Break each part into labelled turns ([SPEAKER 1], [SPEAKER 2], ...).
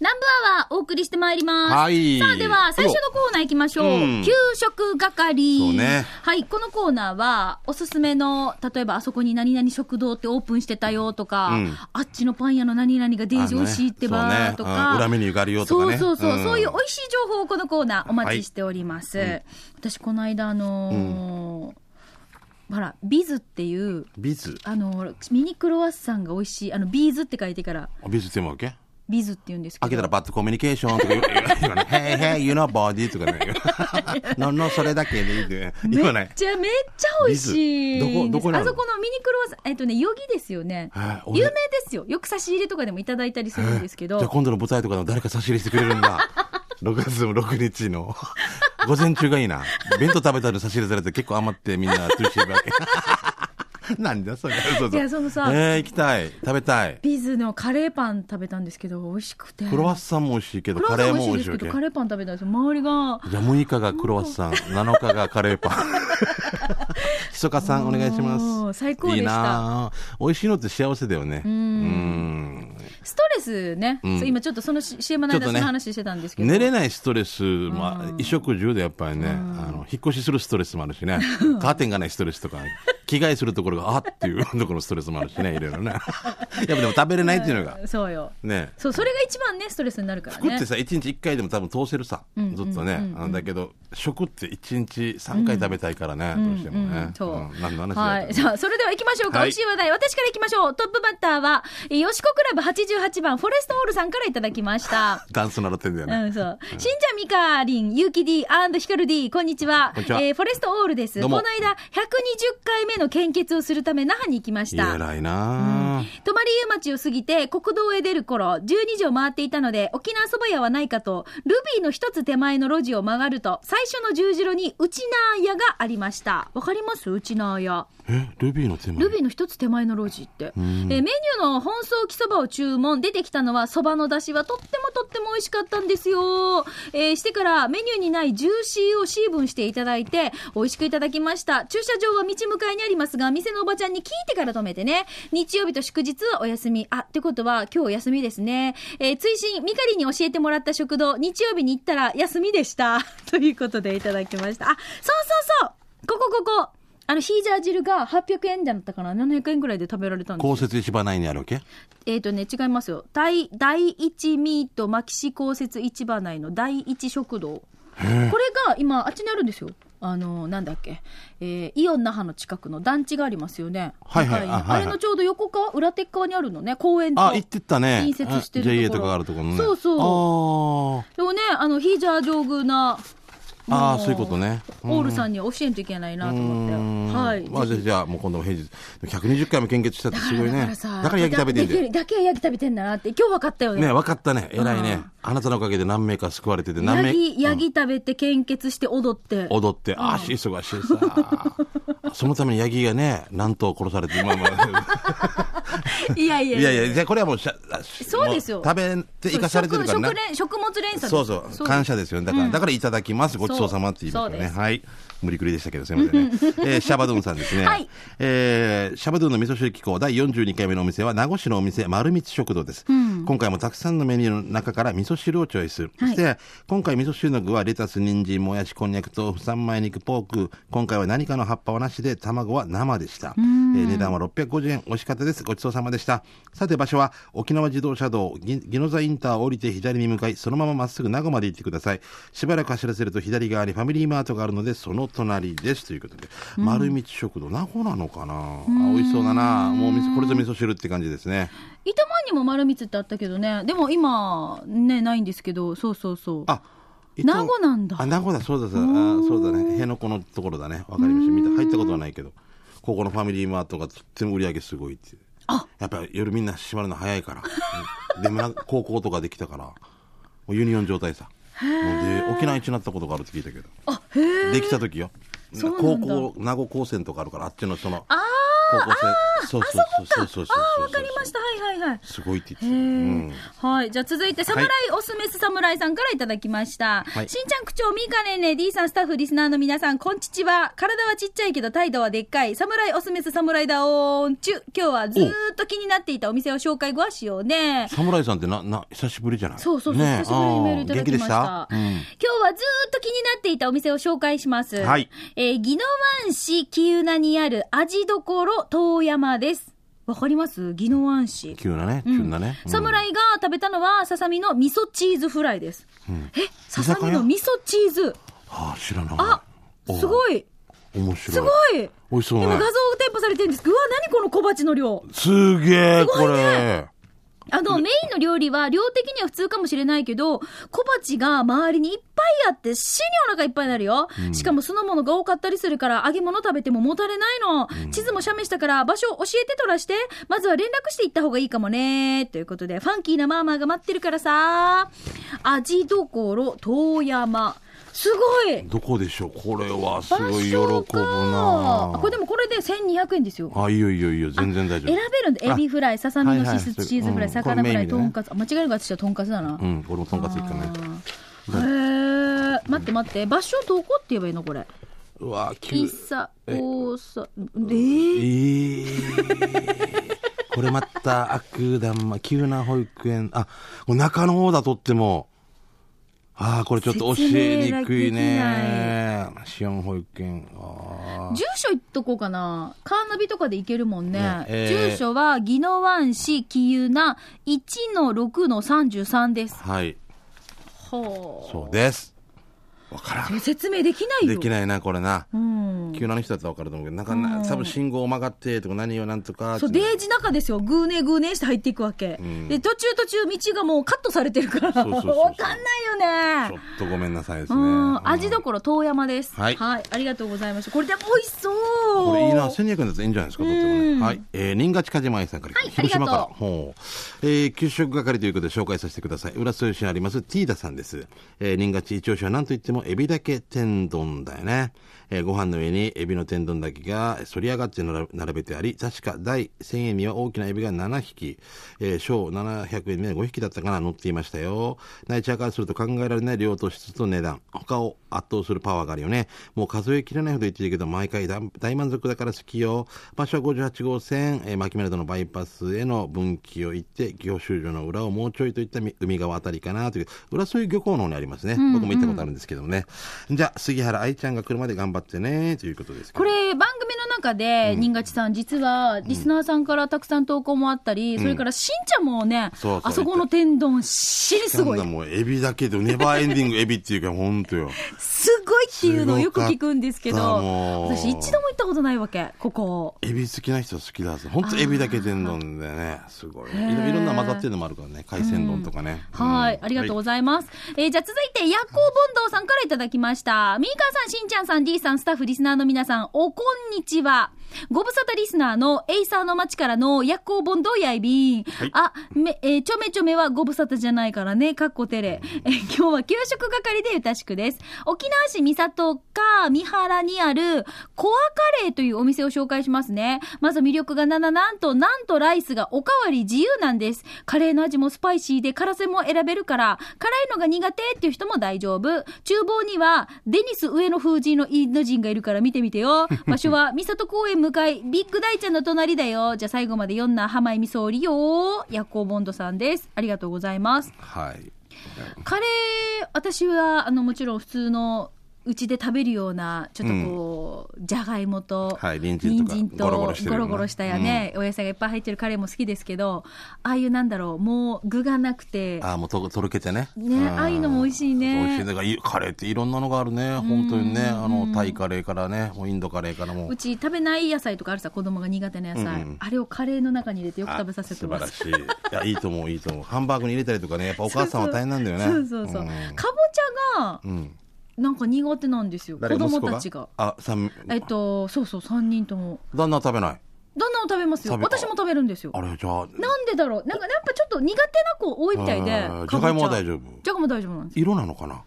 [SPEAKER 1] 南部アワーお送りしてまいります。
[SPEAKER 2] はい
[SPEAKER 1] さあ、では、最初のコーナー行きましょう。
[SPEAKER 2] うん
[SPEAKER 1] 給食係。
[SPEAKER 2] そうね
[SPEAKER 1] はい、このコーナーは、おすすめの、例えば、あそこに何々食堂ってオープンしてたよとか、
[SPEAKER 2] うん
[SPEAKER 1] あっちのパン屋の何々がデージ美味しいってばーとか、
[SPEAKER 2] あのねそうねうん裏メニューがあるよとかね
[SPEAKER 1] そうそうそう、
[SPEAKER 2] うん
[SPEAKER 1] そういう美味しい情報をこのコーナーお待ちしております。私、この間、あのーほら、ビズっていう、
[SPEAKER 2] ビズ
[SPEAKER 1] あの、ミニクロワッサンが美味しい、あの、ビーズって書いてから、
[SPEAKER 2] あビズって読むわけ
[SPEAKER 1] ビズって言うんですけど。
[SPEAKER 2] 開けたらバッドコミュニケーションとか言わ言 わない。Hey, hey, you know body とかね。no, no, それだけでいいで。言わ
[SPEAKER 1] め
[SPEAKER 2] ない
[SPEAKER 1] っ。ちゃめっちゃ美味しいんです。
[SPEAKER 2] ビズどこどこにあ
[SPEAKER 1] あ
[SPEAKER 2] るの
[SPEAKER 1] そこのミニクロワッサン、えっとね、ヨギですよね。
[SPEAKER 2] はい
[SPEAKER 1] 有名ですよ。よく差し入れとかでもいただいたりするんですけど。
[SPEAKER 2] じゃあ今度の舞台とかでも誰か差し入れしてくれるん だ。6月の6日の。午前中がいいな。弁当食べたのに差し入れされて結構余ってみんなトゥーシーバー なんだそれ。そう
[SPEAKER 1] いやそのさ
[SPEAKER 2] えー、行きたい。食べたい。
[SPEAKER 1] ビズのカレーパン食べたんですけど、美味しくて。
[SPEAKER 2] クロワッサンも美味しいけど、
[SPEAKER 1] クロワ
[SPEAKER 2] カ
[SPEAKER 1] ッサ
[SPEAKER 2] レ
[SPEAKER 1] ン
[SPEAKER 2] ー
[SPEAKER 1] 美味し
[SPEAKER 2] も
[SPEAKER 1] いで
[SPEAKER 2] 美味し
[SPEAKER 1] すけ
[SPEAKER 2] いわけ
[SPEAKER 1] ど、。カレーパン食べたんですよ。周りが。
[SPEAKER 2] じゃあ6日がクロワッサン、7日がカレーパン。ひそかさんお願いし
[SPEAKER 1] お
[SPEAKER 2] ま
[SPEAKER 1] ー
[SPEAKER 2] す。
[SPEAKER 1] 最高でした
[SPEAKER 2] いいなあ美味しいのって幸せだよね。うーん。
[SPEAKER 1] ストレスね。そう今ちょっとその C- CM の
[SPEAKER 2] ち
[SPEAKER 1] 間そ
[SPEAKER 2] ょっとね
[SPEAKER 1] の話してたんですけど。
[SPEAKER 2] 寝れないストレス、まあ、衣食住でやっぱりね、あの、引っ越しするストレスもあ るしね、カーテンがないストレスとか、着替えするところが、あっていうところのストレスもあるしね、いろいろね。 やっぱでも食べれないっていうのが、
[SPEAKER 1] そうよ。
[SPEAKER 2] ね。
[SPEAKER 1] そう、それが一番ね、ストレスになるから
[SPEAKER 2] 服っ
[SPEAKER 1] ね
[SPEAKER 2] て。さ、1日1回でも多分通せるさ、ずっとね。あのだけど、食って1日3回食べたいからね、どうしてもね。
[SPEAKER 1] そう。
[SPEAKER 2] ん何の話だ
[SPEAKER 1] は
[SPEAKER 2] よ
[SPEAKER 1] い。じ ゃあ、それでは行きましょうか。
[SPEAKER 2] はい
[SPEAKER 1] 美味しい話題、私から行きましょう。トップバッターは、えーよしこクラブ88番、フォレストオールさんからいただきま した。
[SPEAKER 2] ダンス習ってんだよね。
[SPEAKER 1] うん、そう。しんちゃん、みかりん、ゆうき D& ひかる D、こんにちは。
[SPEAKER 2] こんにちは
[SPEAKER 1] えーフォレストオールです。
[SPEAKER 2] ど
[SPEAKER 1] この
[SPEAKER 2] うも
[SPEAKER 1] 間、120回目の献血をするため、那覇に行きました。
[SPEAKER 2] 偉いなあ、
[SPEAKER 1] 泊まり湯町を過ぎて国道へ出る頃、12時を回っていたので、沖縄そば屋はないかと、ルビーの一つ手前の路地を曲がると、最初の十字路に、ウチナー屋がありました。わかりますウチナー屋。
[SPEAKER 2] え、ルビーの手前
[SPEAKER 1] ルビーの一つ手前の路地って。えーメニューの本草木そばを注文、出てきたのはそばの出汁はとってもとっても美味しかったんですよ。えーしてからメニューにないジューシーをシーブンしていただいて、美味しくいただきました。駐車場は道向かいにありますが、店のおばちゃんに聞いてから止めてね。日曜日と祝日はお休み。あ、ってことは今日お休みですね。えー追伸、ミカリに教えてもらった食堂、日曜日に行ったら休みでした。 ということでいただきました。あ、そうそうそうここここあの、ヒージャー汁が800円だったかな ?700 円ぐらいで食べられたんです
[SPEAKER 2] 公設石場内にあるわけ
[SPEAKER 1] えっ、とね、違いますよ。第、第一ミート牧師公設市場内の第一食堂。これが今、あっちにあるんですよ。あの、なんだっけ。えーイオン那覇の近くの団地がありますよね。
[SPEAKER 2] はいはい
[SPEAKER 1] 向かに
[SPEAKER 2] あはいはい
[SPEAKER 1] あれのちょうど横側、裏手っ側にあるのね。公園と。
[SPEAKER 2] あ、行ってったね。
[SPEAKER 1] 隣接してるところ
[SPEAKER 2] あ JA とかがあるところね。
[SPEAKER 1] そうそう
[SPEAKER 2] あ
[SPEAKER 1] でもね、あの、ヒージャー上宮な、
[SPEAKER 2] ああ
[SPEAKER 1] も
[SPEAKER 2] そういうことねうん
[SPEAKER 1] オールさんには教えんといけないなと
[SPEAKER 2] ーう
[SPEAKER 1] 思っ
[SPEAKER 2] ん
[SPEAKER 1] て。はい。
[SPEAKER 2] まあ、じゃあ、じゃあもう今度も平日。120回も献血したってすごいね。だから焼き食べてんだよ。
[SPEAKER 1] だだけ焼き食べてんだなって、今日分かったよね。
[SPEAKER 2] ね、分かったね。偉いうね
[SPEAKER 1] ん。
[SPEAKER 2] あなたのおかげで何名か救われてて、何名
[SPEAKER 1] ヤギ、ヤギ食べて献血して踊って。
[SPEAKER 2] 踊って、ああ、忙しいさ。そのためにヤギがね、なんと殺されて、まあまあ。
[SPEAKER 1] いやいや
[SPEAKER 2] いやいや、じゃあこれはもうしゃ、
[SPEAKER 1] そうですよ
[SPEAKER 2] も食べて生かされてるから
[SPEAKER 1] 食
[SPEAKER 2] な
[SPEAKER 1] 食。連食物連鎖です
[SPEAKER 2] そうそう、感謝ですよね。だから、だからいただきます。ごちそうさまって言いますよ
[SPEAKER 1] そう
[SPEAKER 2] ね。
[SPEAKER 1] です
[SPEAKER 2] はい。無理くりでしたけど、すみませんね。えーシャバドゥンさんですね。
[SPEAKER 1] はい
[SPEAKER 2] えーシャバドゥンの味噌汁機構第42回目のお店は、名護市のお店、丸道食堂です。今回もたくさんのメニューの中から味噌汁をチョイス。そして、今回味噌汁の具は、レタス、人参、もやし、こんにゃく、豆腐、三枚肉、ポーク。今回は何かの葉っぱはなしで、卵は生でした。えー値段は650円。美味しかったです。ごちそうさまでした。さて、場所は、沖縄自動車道、ぎ宜野座インターを降りて左に向かい、そのまままっすぐ名護まで行ってください。しばらく走らせると左側にファミリーマートがあるので、その隣です。ということで、丸道食堂、名護なのかなあ、美味しそうだなもうみそ、これぞ味噌汁って感じですね。
[SPEAKER 1] 糸満にも丸光ってあったけどね。でも今、ね、ないんですけど、そうそうそう。
[SPEAKER 2] あ、伊
[SPEAKER 1] 名
[SPEAKER 2] 藤
[SPEAKER 1] 護なんだ
[SPEAKER 2] あ、名護だ、そうだ、そうだ、あそうだね。辺野古のところだね。わかりました。見た、入ったことはないけど、ここのファミリーマートがとっても売り上げすごいって。
[SPEAKER 1] あ
[SPEAKER 2] やっぱ夜みんな閉まるの早いから。うんで、村 高校とかできたから、もうユニオン状態さ。で、沖縄一になったことがあるって聞いたけど。
[SPEAKER 1] あ、へえ。
[SPEAKER 2] できた時よ。
[SPEAKER 1] そうなん
[SPEAKER 2] 高
[SPEAKER 1] だ
[SPEAKER 2] 校、名護高専とかあるから、あっちのその、
[SPEAKER 1] あ
[SPEAKER 2] 高校生。そうそうそうそうそうそう。
[SPEAKER 1] あ、わかりました。はいはいはい。
[SPEAKER 2] すごいって言って
[SPEAKER 1] へ
[SPEAKER 2] た。う
[SPEAKER 1] ー
[SPEAKER 2] ん。
[SPEAKER 1] はい。じゃあ続いて、侍、オスメス侍さんからいただきました。
[SPEAKER 2] はい
[SPEAKER 1] しんちゃん区長、みーかねんね、D さん、スタッフ、リスナーの皆さん、こんちちは。体はちっちゃいけど、態度はでっかい。侍、オスメス侍だおーんちゅ。今日はずーっと気になっていたお店を紹介後はしようね。
[SPEAKER 2] 侍さんってな、な、久しぶりじゃない
[SPEAKER 1] そうそうそう、
[SPEAKER 2] ね
[SPEAKER 1] 久しぶりにメールいただきました。
[SPEAKER 2] あー元気でし
[SPEAKER 1] 今日はずーっと気になっていたお店を紹介します。
[SPEAKER 2] はい。
[SPEAKER 1] えー、宜野湾市喜納にある味どころ遠山です。わかります宜野湾市
[SPEAKER 2] た。急なね、急なね。うん
[SPEAKER 1] 侍が食べたのは、ささみの味噌チーズフライです。え、ささみの味噌チーズ。
[SPEAKER 2] あー、知らない。
[SPEAKER 1] あ、
[SPEAKER 2] おー
[SPEAKER 1] すごい。
[SPEAKER 2] 面白い。
[SPEAKER 1] すごい。
[SPEAKER 2] 美味しそうね
[SPEAKER 1] 今画像添付されてるんですけど、うわ、何この小鉢の量。
[SPEAKER 2] すげえ、こ
[SPEAKER 1] すごい
[SPEAKER 2] れ。
[SPEAKER 1] あの、メインの料理は、量的には普通かもしれないけど、小鉢が周りにいっぱいあって、死にお腹いっぱいになるよ。しかも酢の物が多かったりするから、揚げ物食べてももたれないの。地図も写メしたから、場所教えてとらして、まずは連絡していった方がいいかもね。ということで、ファンキーなマーマーが待ってるからさ、味どころ、遠山。すごい
[SPEAKER 2] どこでしょうこれはす
[SPEAKER 1] 場
[SPEAKER 2] ごい喜
[SPEAKER 1] 所
[SPEAKER 2] ぶ
[SPEAKER 1] か
[SPEAKER 2] な
[SPEAKER 1] あこれでもこれで1200円ですよ。
[SPEAKER 2] あ、いいよいいよいいよ、全然大丈
[SPEAKER 1] 選べ
[SPEAKER 2] 夫。
[SPEAKER 1] るんだ。エビフライ、ささみのしす
[SPEAKER 2] はいはい
[SPEAKER 1] チーズフライ、
[SPEAKER 2] うん
[SPEAKER 1] 魚フライ、
[SPEAKER 2] これメインで
[SPEAKER 1] と
[SPEAKER 2] ね
[SPEAKER 1] んかつ。あ間違えるか私はとんかつだな。
[SPEAKER 2] うん、俺もとんかついくね。
[SPEAKER 1] あーへえ。待って待って。場所どこって言えばいいのこれ。
[SPEAKER 2] うわ、急。
[SPEAKER 1] いさ、おさ、え
[SPEAKER 2] え
[SPEAKER 1] ー、
[SPEAKER 2] ーこれまた悪玉、急な保育園、あ、もう中の方だとっても、ああ、これちょっと教えにくいね。シオン保育園、あ
[SPEAKER 1] 住所言っとこうかな。カーナビとかで行けるもんね。
[SPEAKER 2] ねえー
[SPEAKER 1] 住所は、宜野湾市喜友名1-6-33です。
[SPEAKER 2] あ。はい、
[SPEAKER 1] ほ
[SPEAKER 2] そうです。わからん。
[SPEAKER 1] う。説明できないよ。
[SPEAKER 2] できないな、これな。
[SPEAKER 1] うん。
[SPEAKER 2] 急なの人だったらわかると思うけど、なんかな、多分信号を曲がって、とか何をなんとか。
[SPEAKER 1] そう、デージ中ですよ。ぐーねぐーねして入っていくわけ。
[SPEAKER 2] ん
[SPEAKER 1] で、途中途中道がもうカットされてるから、
[SPEAKER 2] そうそうそうそう
[SPEAKER 1] わかんないよね。
[SPEAKER 2] ちょっとごめんなさいです
[SPEAKER 1] う
[SPEAKER 2] ね。
[SPEAKER 1] ん、味どころ遠山です。
[SPEAKER 2] はい
[SPEAKER 1] ありがとうございました。これでも美味しそう。
[SPEAKER 2] これいいな、1200円だといいんじゃないですか、とっても
[SPEAKER 1] うん
[SPEAKER 2] ね。はい。えー、新潟近島屋さんから、
[SPEAKER 1] はい
[SPEAKER 2] 広島から
[SPEAKER 1] あり。が
[SPEAKER 2] ほう。えー、給食係ということで紹介させてください。浦添市にあります、ティーダさんです。えー、新潟一押しは何といっても、エビだけ天丼だよね。えー、ご飯の上にエビの天丼だけが反り上がって並べ並べてあり、確か第1000円には大きなエビが7匹、えー、小700円には5匹だったかな、乗っていましたよ。ナイチャーからすると考えられない量と質と値段。他を圧倒するパワーがあるよね。もう数え切れないほど言ってるけど、毎回だ大満足だから好きよ。場所は58号線、えー、牧村とのバイパスへの分岐を行って、漁州所の裏をもうちょいといったみ海側あたりかなという、浦添漁港の方にありますね。僕も行ったことあるんですけどもね。じゃあ、杉原愛ちゃんが来るまで頑張ってね、ということですけ
[SPEAKER 1] こ
[SPEAKER 2] ど。
[SPEAKER 1] れ、番組の中で、新勝さん、実は、リスナーさんからたくさん投稿もあったり、それから、しんちゃんもね、
[SPEAKER 2] そうそう
[SPEAKER 1] あそこの天丼、死にすごい
[SPEAKER 2] なんだ。もうエビだけど、ネバーエンディングエビっていうか、ほんとよ。
[SPEAKER 1] すごいっていうのをよく聞くんですけど、
[SPEAKER 2] すごかったもう
[SPEAKER 1] 私一度も行ったことないわけ、ここ。
[SPEAKER 2] エビ好きな人は好きだぞ。ほんとエビだけ天丼でね。すごいね。いろいろんな混ざってるのもあるからね。海鮮丼とかね。
[SPEAKER 1] はい、ありがとうございます。えーじゃあ続いて、ヤッコーボンドウさんからいただきました。ミーカーさん、しんちゃんさん、D さん、スタッフ、リスナーの皆さん、おこんにちは。ご無沙汰リスナーのエイサーの街からのヤッコーボンドウやいびん。
[SPEAKER 2] い
[SPEAKER 1] あ、め、えーちょめちょめはご無沙汰じゃないからね、かっこてれ。えー今日は給食係でゆたしくです。沖縄市三郷か三原にあるコアカレーというお店を紹介しますね。まず魅力がなな、なんと、なんとライスがおかわり自由なんです。カレーの味もスパイシーで辛さも選べるから、辛いのが苦手っていう人も大丈夫。厨房にはデニス上野風神のインド人がいるから見てみてよ。場所は三郷公園向かい、ビッグ大ちゃんの隣だよ。じゃあ最後まで読んな浜井みそおりよ。夜行ボンドさんです。ありがとうございます。
[SPEAKER 2] はい。
[SPEAKER 1] カレー、私は、あの、もちろん普通の、うちで食べるような、ちょっとこう、じゃがいもと、
[SPEAKER 2] はい人参とか
[SPEAKER 1] 人参
[SPEAKER 2] ゴロゴロしてるよ
[SPEAKER 1] ゴ
[SPEAKER 2] うな
[SPEAKER 1] ロゴロしたやね、お野菜がいっぱい入ってるカレーも好きですけど、ああいうなんだろう、もう具がなくて、
[SPEAKER 2] ああ、もうととろけてね。
[SPEAKER 1] ね
[SPEAKER 2] うん
[SPEAKER 1] ああいうのも美味しいね
[SPEAKER 2] 美味しい。だからい、カレーっていろんなのがあるね。本当にね。あの、タイカレーからね、もうインドカレーからも
[SPEAKER 1] う。ち食べない野菜とかあるさ、子供が苦手な野菜、
[SPEAKER 2] うんうん
[SPEAKER 1] あれをカレーの中に入れてよく
[SPEAKER 2] あ
[SPEAKER 1] 食べさせてます。
[SPEAKER 2] 素晴らしい。いや、いいと思う、いいと思う。ハンバーグに入れたりとかね、やっぱお母さんは大変なんだよね。
[SPEAKER 1] そうそうそう。かぼちゃが、
[SPEAKER 2] うん。うん。
[SPEAKER 1] なんか苦手なんですよ、子
[SPEAKER 2] 誰
[SPEAKER 1] 供たちが。。
[SPEAKER 2] 息あ、三、
[SPEAKER 1] えっと、そうそう、3人とも。
[SPEAKER 2] 旦那は食べない。
[SPEAKER 1] 旦那も食べますよ。
[SPEAKER 2] 食べた
[SPEAKER 1] 私も食べるんですよ。
[SPEAKER 2] あれ、じゃあ。
[SPEAKER 1] なんでだろうなんか、やっぱちょっと苦手な子多いみたいで
[SPEAKER 2] え。ーじゃがいもは大丈夫
[SPEAKER 1] じゃがいも大丈夫なんですよ。
[SPEAKER 2] 色なのかな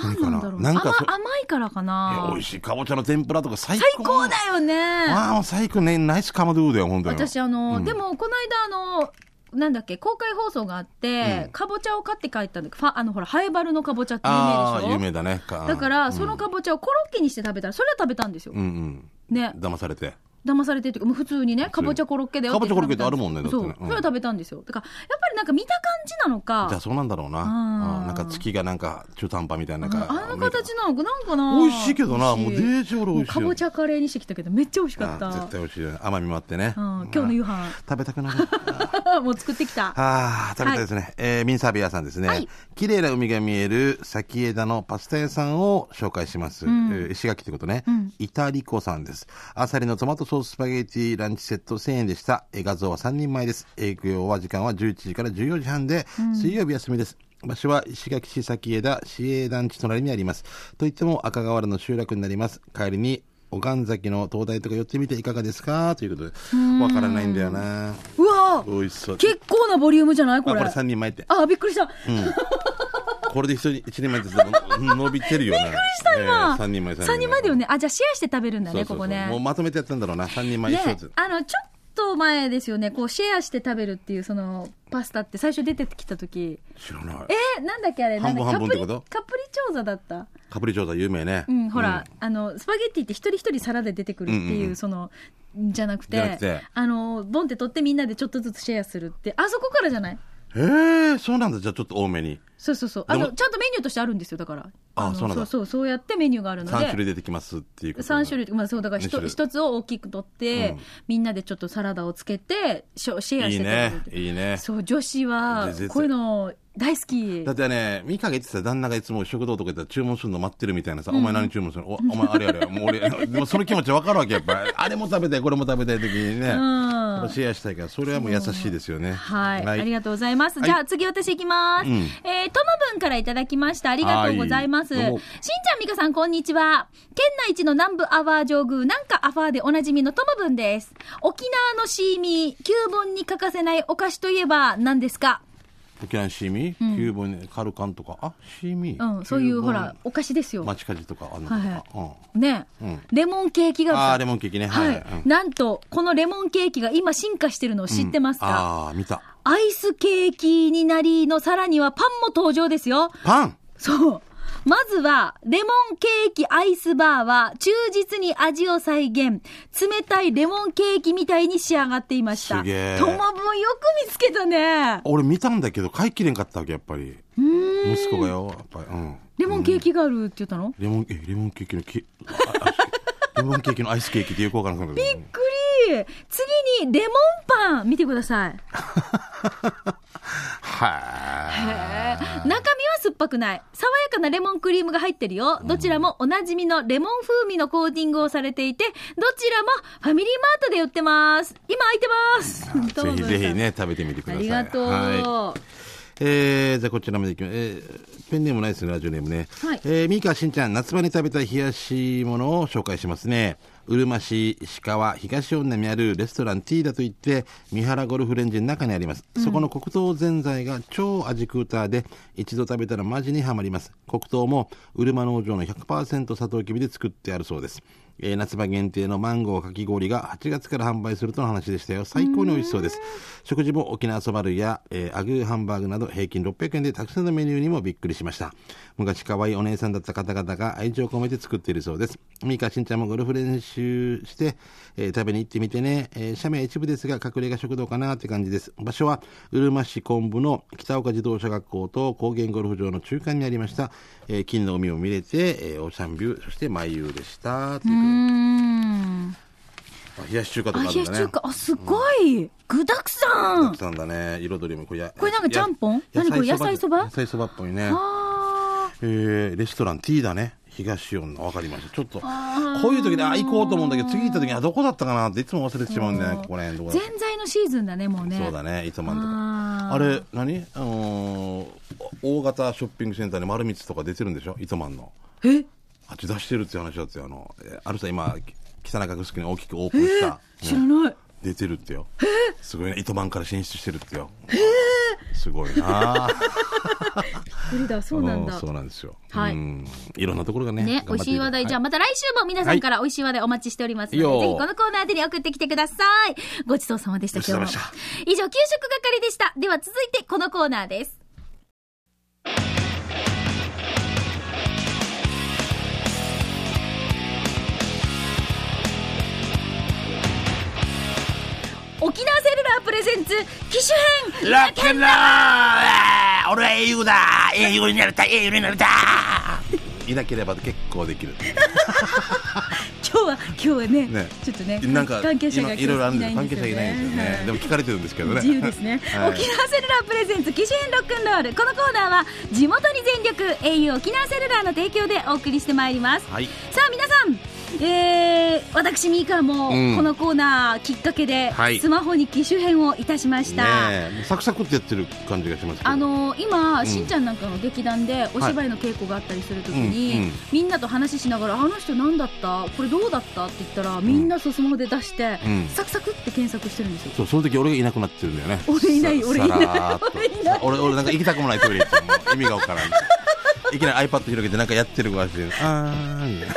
[SPEAKER 1] なんなんだろう。
[SPEAKER 2] なんかそ
[SPEAKER 1] 甘甘いからか
[SPEAKER 2] いや
[SPEAKER 1] な
[SPEAKER 2] 美味。しいかぼちゃの天ぷらとか最
[SPEAKER 1] 最
[SPEAKER 2] 高
[SPEAKER 1] 高だよね。
[SPEAKER 2] ああ、最高ね。ナイスかまどーだよ、本当に。
[SPEAKER 1] 私、あの、
[SPEAKER 2] うん
[SPEAKER 1] でも、この間、あの、なんだっけ公開放送があって、かぼちゃを買って帰ったんだけど、ファあのほら、ハエバルのかぼちゃって有
[SPEAKER 2] ああ、
[SPEAKER 1] 名で
[SPEAKER 2] 有
[SPEAKER 1] し
[SPEAKER 2] 名だね。
[SPEAKER 1] ょだか
[SPEAKER 2] う
[SPEAKER 1] ら、
[SPEAKER 2] ん
[SPEAKER 1] そのかぼちゃをコロッケにして食べたら、それは食べたんですよ
[SPEAKER 2] う。ん
[SPEAKER 1] ね
[SPEAKER 2] うん。。騙されて。
[SPEAKER 1] 騙されてるというか、もう普通にね、かぼちゃコロッケだよ
[SPEAKER 2] かぼちゃコロッケってあるもんね
[SPEAKER 1] そう、
[SPEAKER 2] だってね
[SPEAKER 1] そ
[SPEAKER 2] うん
[SPEAKER 1] れは食べたんですよ。だから、やっぱりなんか見た感じなのか、
[SPEAKER 2] じゃあそうなんだろうな。
[SPEAKER 1] ん
[SPEAKER 2] うんなんか月がなんか中途半端みたいな。なんか
[SPEAKER 1] あの形なのか、なんかな。
[SPEAKER 2] 美味しいけどな。
[SPEAKER 1] 美
[SPEAKER 2] もう
[SPEAKER 1] 味
[SPEAKER 2] デ
[SPEAKER 1] しい
[SPEAKER 2] ージ俺美
[SPEAKER 1] もう
[SPEAKER 2] 味しいよ。
[SPEAKER 1] かぼちゃカレーにしてきたけど、めっちゃ美味しかっ
[SPEAKER 2] あー
[SPEAKER 1] た
[SPEAKER 2] 絶。対美味しいよね。甘みもあってね。
[SPEAKER 1] うん、今日の夕飯、
[SPEAKER 2] 食べたくなる。
[SPEAKER 1] もう作ってきた。
[SPEAKER 2] ああ、食べたいですね。えー、ミンサービアさんですね。
[SPEAKER 1] はい
[SPEAKER 2] 綺麗な海が見える先枝のパスタ屋さんを紹介します。
[SPEAKER 1] ん
[SPEAKER 2] えー石垣ってことね。
[SPEAKER 1] うん
[SPEAKER 2] イタリコさんです。アサリのトマトソーススパゲティランチセット1000円でした。えー画像は3人前です。営業は時間は11時から14時半で、水曜日休みです。場所は石垣市先枝市営団地隣にあります。といっても赤瓦の集落になります。帰りにおがん崎の灯台とか寄ってみていかがですかということで。わからないんだよな。
[SPEAKER 1] うわ
[SPEAKER 2] 美
[SPEAKER 1] ー
[SPEAKER 2] 味しそう。
[SPEAKER 1] 結構なボリュームじゃないこ
[SPEAKER 2] あ
[SPEAKER 1] れ。
[SPEAKER 2] これ3人前って。
[SPEAKER 1] あ、びっくりした。
[SPEAKER 2] これで一人一人前ずつの伸びてるよね。びっくりした
[SPEAKER 1] 今
[SPEAKER 2] 三人前
[SPEAKER 1] 3人前だよね。あ、じゃあシェアして食べるんだ
[SPEAKER 2] そう
[SPEAKER 1] ね、
[SPEAKER 2] そう
[SPEAKER 1] こ
[SPEAKER 2] そう
[SPEAKER 1] こ
[SPEAKER 2] もう
[SPEAKER 1] ね。
[SPEAKER 2] まとめてやったんだろうな。三人前
[SPEAKER 1] ね
[SPEAKER 2] 一つ。、
[SPEAKER 1] あの、ちょっと前ですよね、こう、シェアして食べるっていう、その、パスタって最初出てきた時
[SPEAKER 2] 知らない。
[SPEAKER 1] えー、なんだっけあれ、なんだ
[SPEAKER 2] 半分
[SPEAKER 1] カプ
[SPEAKER 2] 半分って
[SPEAKER 1] リ、
[SPEAKER 2] こと
[SPEAKER 1] カプリチョーザだった。
[SPEAKER 2] カプリチョーザ有名ね。
[SPEAKER 1] うん、ほら、あの、スパゲッティって一人一人皿で出てくるって
[SPEAKER 2] うん
[SPEAKER 1] い
[SPEAKER 2] うんう
[SPEAKER 1] う、
[SPEAKER 2] ん
[SPEAKER 1] その、じゃなく
[SPEAKER 2] じゃな
[SPEAKER 1] て
[SPEAKER 2] くて、
[SPEAKER 1] あの、ボンって取ってみんなでちょっとずつシェアするって、あそこからじゃない
[SPEAKER 2] うん。ええ、そうなんだ。じゃあちょっと多めに。
[SPEAKER 1] そうそうそう。あ
[SPEAKER 2] で
[SPEAKER 1] の、
[SPEAKER 2] も
[SPEAKER 1] ちゃんとメニューとしてあるんですよ、だから。
[SPEAKER 2] あ
[SPEAKER 1] の
[SPEAKER 2] そうなんだ
[SPEAKER 1] そうそう、そうやってメニューがあるの
[SPEAKER 2] 三種
[SPEAKER 1] で。
[SPEAKER 2] 類出てきますっていうこと。
[SPEAKER 1] 三種。類、まあそう、だから
[SPEAKER 2] 二種
[SPEAKER 1] 一
[SPEAKER 2] 類
[SPEAKER 1] 一つを大きく取って、
[SPEAKER 2] うん
[SPEAKER 1] みんなでちょっとサラダをつけて、ショシェア
[SPEAKER 2] い
[SPEAKER 1] し
[SPEAKER 2] い
[SPEAKER 1] て食べ
[SPEAKER 2] ね
[SPEAKER 1] るって。
[SPEAKER 2] いいね。
[SPEAKER 1] そう、女子は
[SPEAKER 2] ぜぜ、
[SPEAKER 1] こういうの大好き
[SPEAKER 2] だ。ってね、ミカが言ってた旦那がいつも食堂とか行ったら注文するの待ってるみたいなさ、お前何注文するのおお前あれ あれ、もう俺、でもその気持ちわかるわけやっぱ。あれも食べたい、これも食べたい時にね、やっぱシェアしたいから、それはもう優しいですよね。
[SPEAKER 1] はい、あり
[SPEAKER 2] が
[SPEAKER 1] がとうございます。
[SPEAKER 2] はい
[SPEAKER 1] じゃあ次私行きます。
[SPEAKER 2] うん
[SPEAKER 1] えー、ともぶんからいただきました。ありがとうございます。しん
[SPEAKER 2] はい
[SPEAKER 1] ち
[SPEAKER 2] ど
[SPEAKER 1] ゃ
[SPEAKER 2] うんも、
[SPEAKER 1] みかさん、こんにちは。県内一の南部アワー上宮、なんかアファーでおなじみのともぶんです。沖縄のシーミー、旧本に欠かせないお菓子といえば何ですか
[SPEAKER 2] 沖縄のシーミー、キューボンカルカンとか、あ、シーミ
[SPEAKER 1] う
[SPEAKER 2] ー。
[SPEAKER 1] ん、そういうほら、お菓子ですよ。
[SPEAKER 2] 町カジとかあんのか
[SPEAKER 1] はい
[SPEAKER 2] な、
[SPEAKER 1] はい
[SPEAKER 2] うん
[SPEAKER 1] ね、
[SPEAKER 2] うん
[SPEAKER 1] レモンケーキが
[SPEAKER 2] あーレモンケーキね
[SPEAKER 1] はい、
[SPEAKER 2] はいうん
[SPEAKER 1] なんと、このレモンケーキが今進化してるのを知ってますか、
[SPEAKER 2] ああ、見た。
[SPEAKER 1] アイスケーキになりの、さらにはパンも登場ですよ。
[SPEAKER 2] パン
[SPEAKER 1] そう。まずは、レモンケーキアイスバーは、忠実に味を再現。冷たいレモンケーキみたいに仕上がっていました。
[SPEAKER 2] すげえ
[SPEAKER 1] トマブンよく見つけたね。
[SPEAKER 2] 俺見たんだけど、買いきれんかったわけ、やっぱり。息子がよ、やっぱり。うん。
[SPEAKER 1] レモンケーキがあるって言ったの、
[SPEAKER 2] レモン、え、レモンケーキのケ、ああレモンケーキのアイスケーキってよくわからなくなる。
[SPEAKER 1] くり次に、レモンパン見てください。
[SPEAKER 2] は
[SPEAKER 1] 中身は酸っぱくない。爽やかなレモンクリームが入ってるよ。どちらもおなじみのレモン風味のコーティングをされていて、どちらもファミリーマートで売ってます。今空いてます。
[SPEAKER 2] い。ぜひぜひね、食べてみてく
[SPEAKER 1] あ
[SPEAKER 2] ださい。
[SPEAKER 1] りがとう。
[SPEAKER 2] はいえー、じゃあこちらまでいきます。えー、ペンネームないですね、ラジオネームね。
[SPEAKER 1] はい
[SPEAKER 2] えー、ミカしんちゃん、夏場に食べた冷やしものを紹介しますね。うるま市、石川、東女にあるレストランティーダといって、三原ゴルフレンジの中にあります。そこの黒糖ぜんざいが超味クーターで、一度食べたらマジにはまります。黒糖も、うるま農場の100%サトウキビで作ってあるそうです。えー夏場限定のマンゴーかき氷が8月から販売するとの話でしたよ。最高に美味しそうです。食事も沖縄そば類や、えーアグーハンバーグなど平均600円でたくさんのメニューにもびっくりしました。昔可愛いお姉さんだった方々が愛情を込めて作っているそうです。ミカしんちゃんもゴルフ練習して、えー食べに行ってみてね。えー斜面一部ですが隠れ家食堂かなって感じです。場所は、うるま市昆布の北岡自動車学校と高原ゴルフ場の中間にありました。えー金の海を見れて、えーオーシャンビュー、そしてマイユーでした。ということで
[SPEAKER 1] うーん。
[SPEAKER 2] あ冷やし中華と
[SPEAKER 1] あ、
[SPEAKER 2] かあるんだ
[SPEAKER 1] 冷
[SPEAKER 2] ね
[SPEAKER 1] やし中華、あ、すごい具だくさ
[SPEAKER 2] た
[SPEAKER 1] ん
[SPEAKER 2] くさんだね彩りもこれや
[SPEAKER 1] これなんかちゃんぽん
[SPEAKER 2] や
[SPEAKER 1] 何これ
[SPEAKER 2] 野菜そばっぽいね
[SPEAKER 1] あ
[SPEAKER 2] えーレストラン T だね東四の分かりましたちょっとこういう時であ行こうと思うんだけど次行った時にあどこだったかなっていつも忘れてしまうんだよねここら辺ど
[SPEAKER 1] ー。
[SPEAKER 2] こだ
[SPEAKER 1] ぜんざいのシーズンだね、もうね。
[SPEAKER 2] そうだね糸満とか
[SPEAKER 1] あー
[SPEAKER 2] あれ何あのー大型ショッピングセンターに丸光とか出てるんでしょ糸満の
[SPEAKER 1] え
[SPEAKER 2] あっち出してるって話だってあのえーあるさ今北中城に大きくオープンした、
[SPEAKER 1] 知らない。
[SPEAKER 2] 出てるってよすごいね糸満から進出してるってよすごいな
[SPEAKER 1] 無理だ、そうなんだ。
[SPEAKER 2] そうなんですよ。
[SPEAKER 1] はい
[SPEAKER 2] うん。いろんなところがね。
[SPEAKER 1] ね、美味しい話題、じゃあまた来週も皆さんから美味しい話題お待ちしておりますので、
[SPEAKER 2] はい
[SPEAKER 1] ぜひこのコーナーでに送ってきてください。ごちそうさまでした、
[SPEAKER 2] ごちそう
[SPEAKER 1] 今
[SPEAKER 2] さま
[SPEAKER 1] 日も
[SPEAKER 2] でした。
[SPEAKER 1] 以上、給食係でした。では続いて、このコーナーです。沖縄セルラープレゼンツ、機種編
[SPEAKER 2] ラックンロール俺は英語だ英語になれた英語になれたいなければ結構できる。
[SPEAKER 1] 今日は今日はね
[SPEAKER 2] ね
[SPEAKER 1] ちょっとね
[SPEAKER 2] なんか、
[SPEAKER 1] 関係者が
[SPEAKER 2] いろいろあるんです
[SPEAKER 1] 今
[SPEAKER 2] 関
[SPEAKER 1] 日
[SPEAKER 2] 係者
[SPEAKER 1] よ
[SPEAKER 2] いないんですよ
[SPEAKER 1] は
[SPEAKER 2] ね。
[SPEAKER 1] い
[SPEAKER 2] でも聞かれてるんですけどね。
[SPEAKER 1] 自由ですね、
[SPEAKER 2] はい
[SPEAKER 1] 沖縄セルラープレゼンツ機種編ロックンロールこのコーナーは地元に全力 au 沖縄セルラーの提供でお送りしてまいります、
[SPEAKER 2] はい。
[SPEAKER 1] さあ皆さん、えー、私ミーカーも
[SPEAKER 2] うん
[SPEAKER 1] このコーナーきっかけで
[SPEAKER 2] はい
[SPEAKER 1] スマホに機種編をいたしました、
[SPEAKER 2] ねえもうサクサクってやってる感じがしますけど
[SPEAKER 1] あのー今、
[SPEAKER 2] ん
[SPEAKER 1] しんちゃんなんかの劇団でお芝居の稽古があったりするときに、
[SPEAKER 2] うんうん
[SPEAKER 1] みんなと話ししながらあの人何だったこれどうだったって言ったらみんなそうスマホで出して、
[SPEAKER 2] うん
[SPEAKER 1] サクサクって検索してるんですよ。
[SPEAKER 2] そうその時俺がいなくなってるんだよね
[SPEAKER 1] 俺いない
[SPEAKER 2] さ
[SPEAKER 1] 俺いない
[SPEAKER 2] さらーっと
[SPEAKER 1] 俺いない
[SPEAKER 2] 俺俺なんか行きたくもないトイレ行ってもう意味がわからんいきなり iPad 広げてなんかやってるわけであーみたいな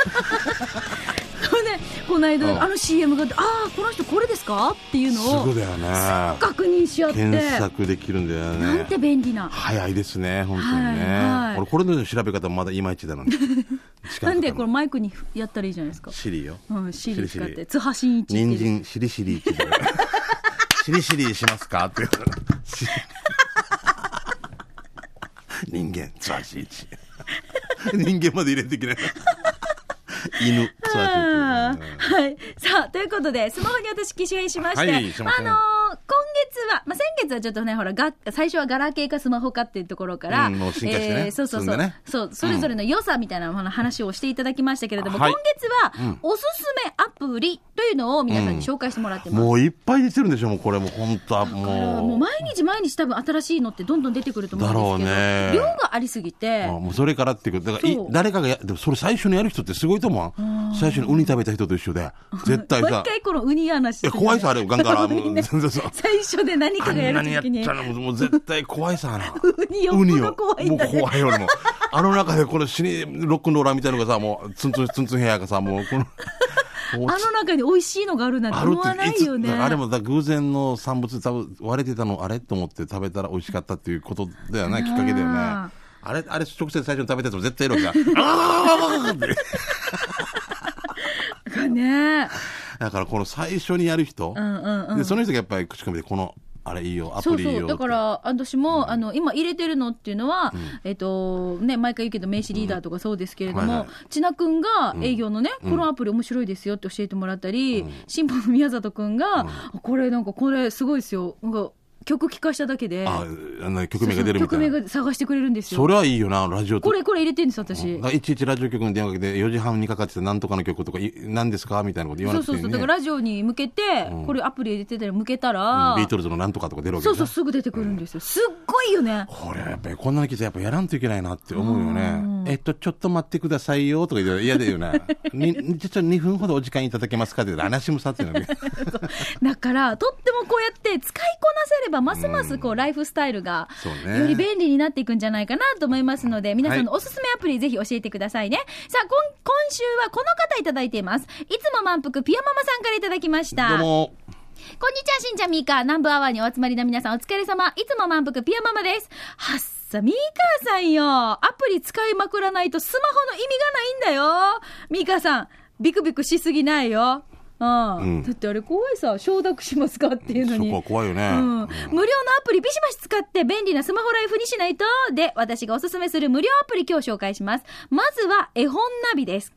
[SPEAKER 1] それでこの間、
[SPEAKER 2] うん
[SPEAKER 1] あの CM がああーこの人これですかっていう
[SPEAKER 2] す
[SPEAKER 1] の
[SPEAKER 2] ご
[SPEAKER 1] を
[SPEAKER 2] いだよね
[SPEAKER 1] 確認し合って、
[SPEAKER 2] 検索できるんだよ
[SPEAKER 1] なん
[SPEAKER 2] ね
[SPEAKER 1] て便利な。
[SPEAKER 2] 早いですね本当にね、
[SPEAKER 1] はいはい
[SPEAKER 2] 俺これの調べ方まだいまいちだな
[SPEAKER 1] なんでこれ
[SPEAKER 2] れ
[SPEAKER 1] マイクにやったらいいじゃないですか。
[SPEAKER 2] シリよ
[SPEAKER 1] うん、シリ
[SPEAKER 2] シ
[SPEAKER 1] 使っ
[SPEAKER 2] リシ
[SPEAKER 1] て、
[SPEAKER 2] リ
[SPEAKER 1] 津波真一っていう
[SPEAKER 2] 人参しりしりって言う しりしりしますかって言 うからし人間つわしいち人間まで入れてきない犬つわ
[SPEAKER 1] あ
[SPEAKER 2] しい
[SPEAKER 1] ーはい。さあ、ということで、スマホに私機種変しまして、
[SPEAKER 2] はいしましたね
[SPEAKER 1] あのー今月は、まあ、先月はちょっとね、ほら、が、最初はガラケーかスマホかっていうところから、
[SPEAKER 2] うんもう進化してね
[SPEAKER 1] えーそうそうそ
[SPEAKER 2] 進
[SPEAKER 1] う、
[SPEAKER 2] んでね
[SPEAKER 1] そう、それぞれの良さみたいな話をしていただきましたけれども、
[SPEAKER 2] はい
[SPEAKER 1] 今月は、おすすめアプリというのを皆さんに紹介してもらってます。
[SPEAKER 2] もういっぱい出てるんでしょもうこれもう本当は
[SPEAKER 1] だからも
[SPEAKER 2] も
[SPEAKER 1] う
[SPEAKER 2] う
[SPEAKER 1] 毎日毎日多分新しいのってどんどん出てくると思うんですけど、
[SPEAKER 2] だろうね
[SPEAKER 1] 量がありすぎて、
[SPEAKER 2] あもうそれからっていうことだからい
[SPEAKER 1] そう
[SPEAKER 2] 誰かがやでもそれ最初にやる人ってすごいと思わん最初にウニ食べた人と一緒で絶対
[SPEAKER 1] もう
[SPEAKER 2] さ
[SPEAKER 1] 一回このウニ話す
[SPEAKER 2] い
[SPEAKER 1] るじ
[SPEAKER 2] や
[SPEAKER 1] ゃ
[SPEAKER 2] 怖
[SPEAKER 1] ない
[SPEAKER 2] さあれ ガンガラも
[SPEAKER 1] みん
[SPEAKER 2] う
[SPEAKER 1] な
[SPEAKER 2] そうそうそう
[SPEAKER 1] 最初で何
[SPEAKER 2] あ
[SPEAKER 1] かがや
[SPEAKER 2] んな
[SPEAKER 1] る
[SPEAKER 2] に
[SPEAKER 1] と
[SPEAKER 2] やっ
[SPEAKER 1] きに。
[SPEAKER 2] たらもうもう絶対怖いさな
[SPEAKER 1] ウニよっぽど怖いんだ
[SPEAKER 2] もう
[SPEAKER 1] ね。
[SPEAKER 2] 怖いよ俺もあの中でこの死にロックンローラーみたいなのがさもうツンツンツンツン部屋がさもうこのもう
[SPEAKER 1] あの中に美味しいのがあるなんて思わないよね。
[SPEAKER 2] あれもだ偶然の産物で多分割れてたのあれと思って食べたら美味しかったっていうことだよねきっかけだよね
[SPEAKER 1] あ
[SPEAKER 2] あれあれ直接最初に食べたやつも絶対いるわけだあーって
[SPEAKER 1] がね。
[SPEAKER 2] だからこの最初にやる人、
[SPEAKER 1] うんうんうん。
[SPEAKER 2] でその人がやっぱり口コミでこのあれいいよア
[SPEAKER 1] そ
[SPEAKER 2] プ
[SPEAKER 1] う
[SPEAKER 2] リいいよ
[SPEAKER 1] そう。だから、私も、あの、今入れてるのっていうのは、えっと、ね、毎回言うけど、名刺リーダーとかそうですけれど
[SPEAKER 2] うんはい
[SPEAKER 1] も
[SPEAKER 2] は、
[SPEAKER 1] 千奈くんが営業のね、このアプリ面白いですよって教えてもらったり、新保の宮里くんが、これなんか、これすごいですよ。なんか、曲聴かしただけで、
[SPEAKER 2] ああの曲名が出るみた
[SPEAKER 1] そ
[SPEAKER 2] い
[SPEAKER 1] うそう
[SPEAKER 2] な
[SPEAKER 1] 曲名が探してくれるんです
[SPEAKER 2] そ
[SPEAKER 1] よ。
[SPEAKER 2] れはいいよなラジオと
[SPEAKER 1] これ、これ入れてるんです、私。
[SPEAKER 2] だからいちいちラジオ局に電話かけて4時半にかかってたなんとかの曲とかい何ですかみたいなこと言わ
[SPEAKER 1] そ
[SPEAKER 2] な
[SPEAKER 1] う
[SPEAKER 2] くて
[SPEAKER 1] そ
[SPEAKER 2] いうい
[SPEAKER 1] そ
[SPEAKER 2] ね
[SPEAKER 1] う。だからラジオに向けて、これアプリ入れてたら向けたら、
[SPEAKER 2] うんビートルズのなんとかとか出るわけ
[SPEAKER 1] そ
[SPEAKER 2] で
[SPEAKER 1] う
[SPEAKER 2] す
[SPEAKER 1] そう、すぐ出てくるんですよ。すっごいよ ね。
[SPEAKER 2] これやっぱりこんなの聞いてやっぱやらんといけないなって思うよね。えっと、ちょっと待ってくださいよとか言ったら嫌だよ ね。に、ちょっと2分ほどお時間いただけますかって言ったら話もさって なる。
[SPEAKER 1] だから、とってもこうやって使いこなせれば、ますますこう、ライフスタイルが、
[SPEAKER 2] そうね
[SPEAKER 1] より便利になっていくんじゃないかなと思いますので、皆さんのおすすめアプリぜひ教えてくださいね。さあ、こん今週はこの方いただいています。いつも満腹、ピアママさんからいただきました。
[SPEAKER 2] どうも。
[SPEAKER 1] こんにちは、しんちゃんみーか。南部アワーにお集まりの皆さんお疲れ様。いつも満腹ピアママです。はっさ、みーかーさんよ。アプリ使いまくらないとスマホの意味がないんだよ。みーかーさん、ビクビクしすぎないよ。うん。
[SPEAKER 2] うん
[SPEAKER 1] だってあれ怖いさ、承諾しますかっていうの
[SPEAKER 2] そ
[SPEAKER 1] に。
[SPEAKER 2] こは怖いよね。
[SPEAKER 1] うん、無料のアプリビシバシ使って便利なスマホライフにしないと。で、私がおすすめする無料アプリ今日紹介します。まずは絵本ナビです。